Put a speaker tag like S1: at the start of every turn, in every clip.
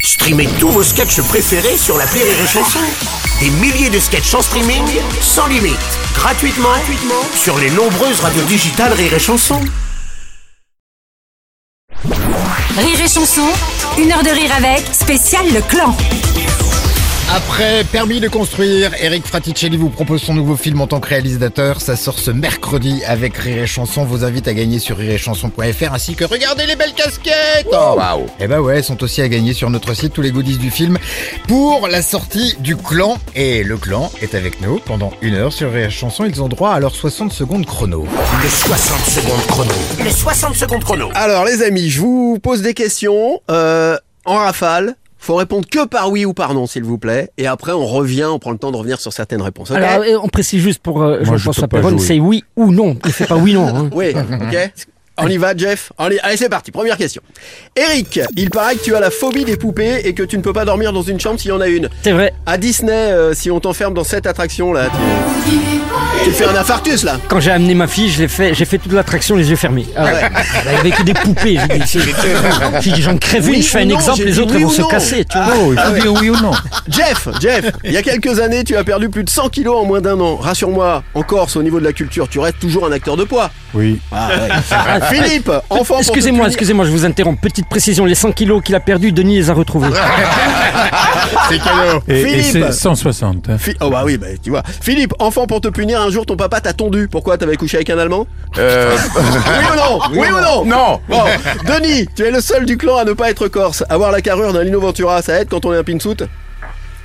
S1: Streamez tous vos sketchs préférés sur la Rire et Chanson. Des milliers de sketchs en streaming, sans limite, gratuitement, gratuitement sur les nombreuses radios digitales Rire et Chanson.
S2: Rire et chanson, une heure de rire avec, spécial le clan.
S3: Après Permis de construire, Eric Fraticelli vous propose son nouveau film en tant que réalisateur. Ça sort ce mercredi avec Rire et Chanson. Vous invite à gagner sur rireetchanson.fr ainsi que regardez les belles casquettes oh Eh ben ouais, elles sont aussi à gagner sur notre site tous les goodies du film pour la sortie du clan. Et le clan est avec nous pendant une heure sur Rire et Chanson. Ils ont droit à leurs 60 secondes chrono.
S1: Le 60 secondes chrono. Le 60 secondes chrono.
S4: Alors les amis, je vous pose des questions euh, en rafale. Faut répondre que par oui ou par non, s'il vous plaît. Et après, on revient, on prend le temps de revenir sur certaines réponses. ok
S5: Alors, euh, on précise juste pour euh,
S6: Moi, je
S5: Jean-François
S6: peux pas
S5: Perron,
S6: jouer.
S5: c'est oui ou non. Il fait pas oui non. hein.
S4: Oui, ok. On y va, Jeff. On y- Allez, c'est parti. Première question. Eric, il paraît que tu as la phobie des poupées et que tu ne peux pas dormir dans une chambre s'il y en a une.
S5: C'est vrai.
S4: À Disney, euh, si on t'enferme dans cette attraction là, tu, tu fais un infarctus là.
S5: Quand j'ai amené ma fille, je l'ai fait, j'ai fait toute l'attraction les yeux fermés. Ah ouais. Elle a vécu des poupées. J'ai dit, c'est- J'ai dit, j'en crève une,
S4: Oui
S5: je fais
S4: ou
S5: un
S4: non,
S5: exemple,
S4: j'ai
S5: les
S4: dit oui
S5: autres elles vont
S4: ou
S5: se
S4: non. Ah,
S5: casser. Tu vois.
S6: Oh, il faut dire oui ou non.
S4: Jeff, Jeff, il y a quelques années, tu as perdu plus de 100 kilos en moins d'un an. Rassure-moi, en Corse, au niveau de la culture, tu restes toujours un acteur de poids.
S6: Oui.
S4: Ah, ouais. Philippe, enfant. pour te
S5: Excusez-moi,
S4: punir-
S5: excusez-moi, je vous interromps. Petite précision, les 100 kilos qu'il a perdus, Denis les a retrouvés.
S4: Ah,
S3: C'est cadeau
S6: Et, et
S4: Philippe.
S6: c'est 160. hein.
S4: Phi- Oh bah oui, bah, tu vois. Philippe, enfant pour te punir, un jour ton papa t'a tondu. Pourquoi t'avais couché avec un Allemand
S7: Euh,
S4: Oui ou non Oui ou non
S7: non
S4: Bon, Denis, tu es le seul du clan à ne pas être corse. Avoir la carrure d'un Lino Ventura, ça aide quand on est un pinsoute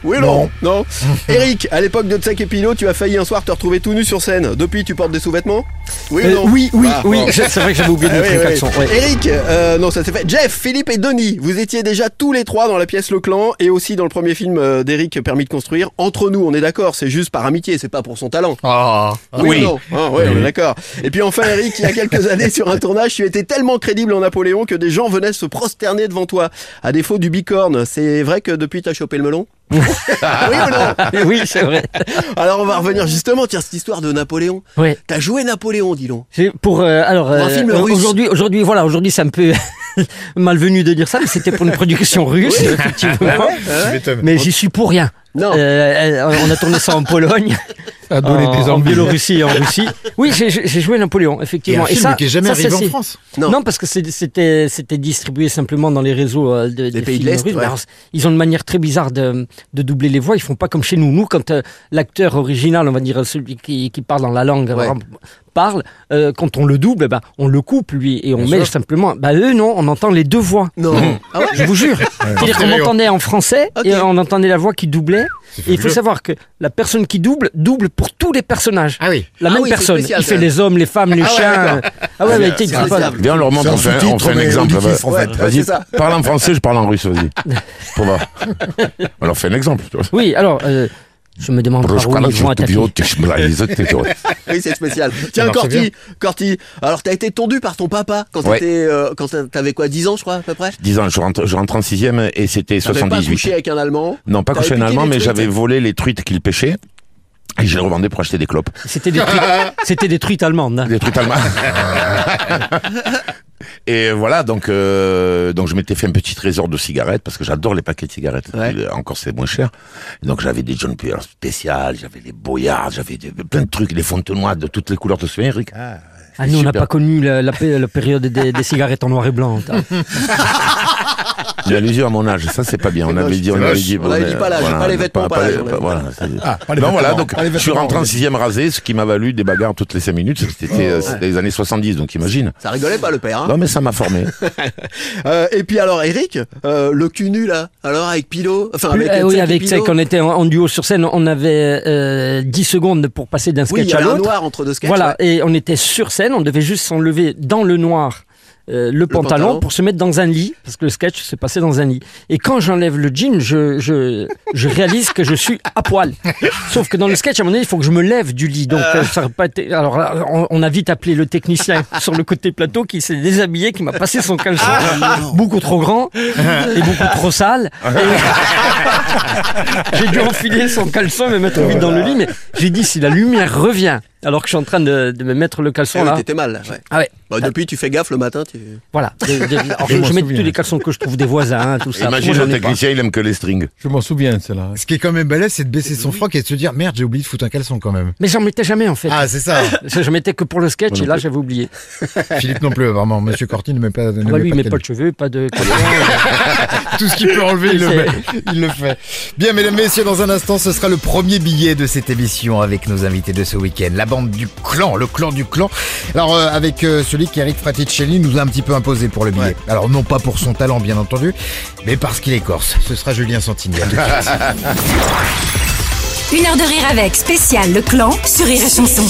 S4: Oui ou non Non. Eric, à l'époque de Tsek et Pilo, tu as failli un soir te retrouver tout nu sur scène. Depuis, tu portes des sous-vêtements Oui ou
S5: Euh,
S4: non
S5: oui, oui,
S4: Ah,
S5: oui.
S4: bon.
S5: je- C'est vrai que j'avais oublié de
S4: Ah oui,
S5: mettre les
S4: oui,
S5: caleçons.
S4: oui.
S5: ouais.
S4: Eric, euh, non, ça s'est fait. Jeff, Philippe et Denis, vous étiez déjà tous les trois dans la pièce Le Clan et aussi dans le premier film euh, d'Eric Permis de construire. Entre nous, on est d'accord, c'est juste par amitié, c'est pas pour son talent. Ah, Oui. ou non Hein, ouais, on est d'accord. Et puis enfin, Eric, il y a quelques années sur un tournage, tu étais tellement crédible en Napoléon que des gens venaient se prosterner devant toi. À défaut du bicorne, c'est vrai que depuis t'as chopé le melon Oui ou non
S5: Oui, c'est vrai.
S4: Alors on va revenir justement, tiens, cette histoire de Napoléon.
S5: Ouais.
S4: T'as joué Napoléon, dis donc.
S5: J'ai- Pour euh, alors
S4: un film russe.
S5: aujourd'hui, aujourd'hui, voilà, aujourd'hui, c'est un peu malvenu de dire ça, mais c'était pour une production russe, effectivement.
S4: Ah
S5: Mais j'y suis pour rien.
S4: Non.
S5: Euh, euh, on a tourné ça en Pologne, en,
S6: Adolé des
S5: en
S6: envies.
S5: Biélorussie et en Russie. Oui, j'ai- j'ai j'ai joué Napoléon,
S3: Et
S5: effectivement.
S3: un film
S5: ça,
S3: qui est jamais
S5: ça,
S3: arrivé
S5: ça,
S3: en
S5: c'est-
S3: France.
S4: Non.
S5: Non, parce que c'est- c'était c'était distribué simplement dans les réseaux euh, de- des
S4: pays de
S5: films
S4: l'Est,
S5: russes.
S4: ouais.
S5: Alors, ils ont une manière très bizarre de, de doubler les voix. Ils font pas comme chez nous. Nous, quand euh, l'acteur original, on va dire celui qui, qui parle dans la langue,
S4: Ouais.
S5: vraiment, parle, euh, quand on le double, bah, on le coupe lui et on met simplement. Bah, eux, non, on entend les deux voix.
S4: Non. Ah ouais
S5: Je vous jure. C'est-à-dire qu'on
S3: Stéréo.
S5: entendait en français
S4: Ok.
S5: et on entendait la voix qui doublait. Et il faut savoir que la personne qui double double pour tous les personnages.
S3: Ah oui.
S5: La
S4: Ah
S5: même
S4: oui, c'est
S5: personne.
S4: spécial,
S5: il
S4: ça.
S5: fait les hommes, les femmes, les
S4: Ah ouais,
S5: chiens.
S4: d'accord.
S5: ah ouais, mais tu sais,
S4: C'est
S5: il faut pas-
S4: incroyable.
S7: Viens, on leur montre, on fait, un- on fait un exemple.
S3: auditif,
S7: là-bas.
S3: en fait.
S4: Ouais, c'est
S7: Vas-y,
S4: ça.
S7: parle en français, je parle en russe, vas-y. Pour voir. On leur fait un exemple. tu vois.
S5: Oui, alors, euh, je me demande par où ils vont attaquer.
S4: Oui, c'est spécial. Tiens,
S3: marche bien.
S4: Corti, Corti, alors t'as été tondu par ton papa quand
S7: Ouais.
S4: t'étais, euh, quand t'avais quoi, 10 ans, je crois, à peu près
S7: 10 ans, je rentre, je rentre en 6ème et c'était
S4: T'avais pas
S7: 78.
S4: couché avec un Allemand
S7: non, pas
S4: T'avais
S7: couché en
S4: piqué des
S7: allemand, mais
S4: truites.
S7: j'avais volé les truites qu'il pêchait et je les revendais pour acheter des clopes.
S5: C'était des, truites- c'était des truites allemandes. hein.
S7: Des truites allemandes. Et voilà, donc euh, donc je m'étais fait un petit trésor de cigarettes parce que j'adore les paquets de cigarettes.
S4: Ouais.
S7: Euh, Encore c'est moins cher. Donc j'avais des John Pierre spéciales, j'avais des boyards, j'avais des- plein de trucs, des fontenois de toutes les couleurs. de souviens, Eric
S5: Ah, nous, on n'a
S7: super.
S5: pas connu la, la pé- la période des, des cigarettes en noir et blanc. hein.
S7: J'ai allusion à mon âge, ça c'est pas bien. On
S4: moche,
S7: avait dit, on
S4: c'est
S7: avait
S4: moche.
S7: dit,
S4: On avait
S7: euh,
S4: dit pas l'âge, pas les vêtements, pas l'âge, on avait Ah,
S7: voilà.
S6: pas les
S7: non, voilà,
S6: vêtements,
S7: donc
S6: pas les
S7: je suis
S6: vêtements,
S7: rentré en
S6: ouais.
S7: sixième rasé, ce qui m'a valu des bagarres toutes les cinq minutes. C'était
S4: Oh.
S7: euh, c'était les années 70, donc imagine.
S4: Ça rigolait pas, le père, hein
S7: Non, mais ça m'a formé.
S4: Euh, Et puis alors, Eric, euh, le cul nu, là, alors avec Pilo, enfin avec...
S5: Euh, oui,
S4: Tsek et
S5: avec
S4: Pilo.
S5: ça, quand on était en, en duo sur scène, on avait euh, 10 secondes pour passer d'un
S4: Oui,
S5: sketch
S4: il y
S5: à
S4: avait un
S5: l'autre.
S4: noir entre deux sketchs.
S5: Voilà, et on était sur scène, on devait juste s'enlever dans le noir. euh, le, pantalon
S4: pantalon.
S5: pour se mettre dans un lit parce que le sketch se passait dans un lit et quand j'enlève le jean je, je je réalise que je suis à poil sauf que dans le sketch à un moment donné il faut que je me lève du lit donc euh, ça aurait pas été alors là, on, on a vite appelé le technicien sur le côté plateau qui s'est déshabillé qui m'a passé son caleçon
S4: Ah,
S5: beaucoup trop grand et beaucoup trop sale Et- j'ai dû enfiler son caleçon et me mettre vite dans le lit mais j'ai dit si la lumière revient alors que je suis en train de, de me mettre le caleçon
S4: Ah oui,
S5: là.
S4: T'étais mal. ouais.
S5: Ah ouais,
S4: Bah, depuis, tu fais gaffe le matin. Tu...
S5: voilà. De- de- alors, je,
S6: Je m'en
S5: je mets tous
S6: souviens.
S5: les caleçons que je trouve des voisins, hein, tout ça.
S7: Imagine
S5: Moi,
S7: le
S5: j'en ai pas.
S7: technicien, il aime que les strings.
S6: Je m'en souviens, celle-là.
S3: Ce qui est quand même balèze, c'est de baisser son froc et de se dire merde, j'ai oublié de foutre un caleçon quand même.
S5: Mais j'en mettais jamais en fait.
S3: Ah, c'est ça.
S5: Ça, J'en mettais que pour le sketch
S7: Moi non
S5: et là
S7: plus.
S5: j'avais oublié.
S3: Philippe non plus, vraiment. Monsieur Corti ne met pas. ne
S5: Ah bah
S3: met
S5: lui, il
S3: pas
S5: met
S3: de
S5: pas de cheveux, pas de. caleçon.
S3: Tout ce qu'il peut enlever, il le,
S5: C'est-
S3: met. il le fait. Bien, mesdames, messieurs, dans un instant, ce sera le premier billet de cette émission avec nos invités de ce week-end. La bande du clan, le clan du clan. Alors, euh, avec euh, celui qu'Eric Fraticelli nous a un petit peu imposé pour le billet. Alors, non pas pour son talent, bien entendu, mais parce qu'il est corse. Ce sera Julien Santini. À tout de suite.
S2: Une heure de rire avec spécial Le Clan sur Rire et Chanson.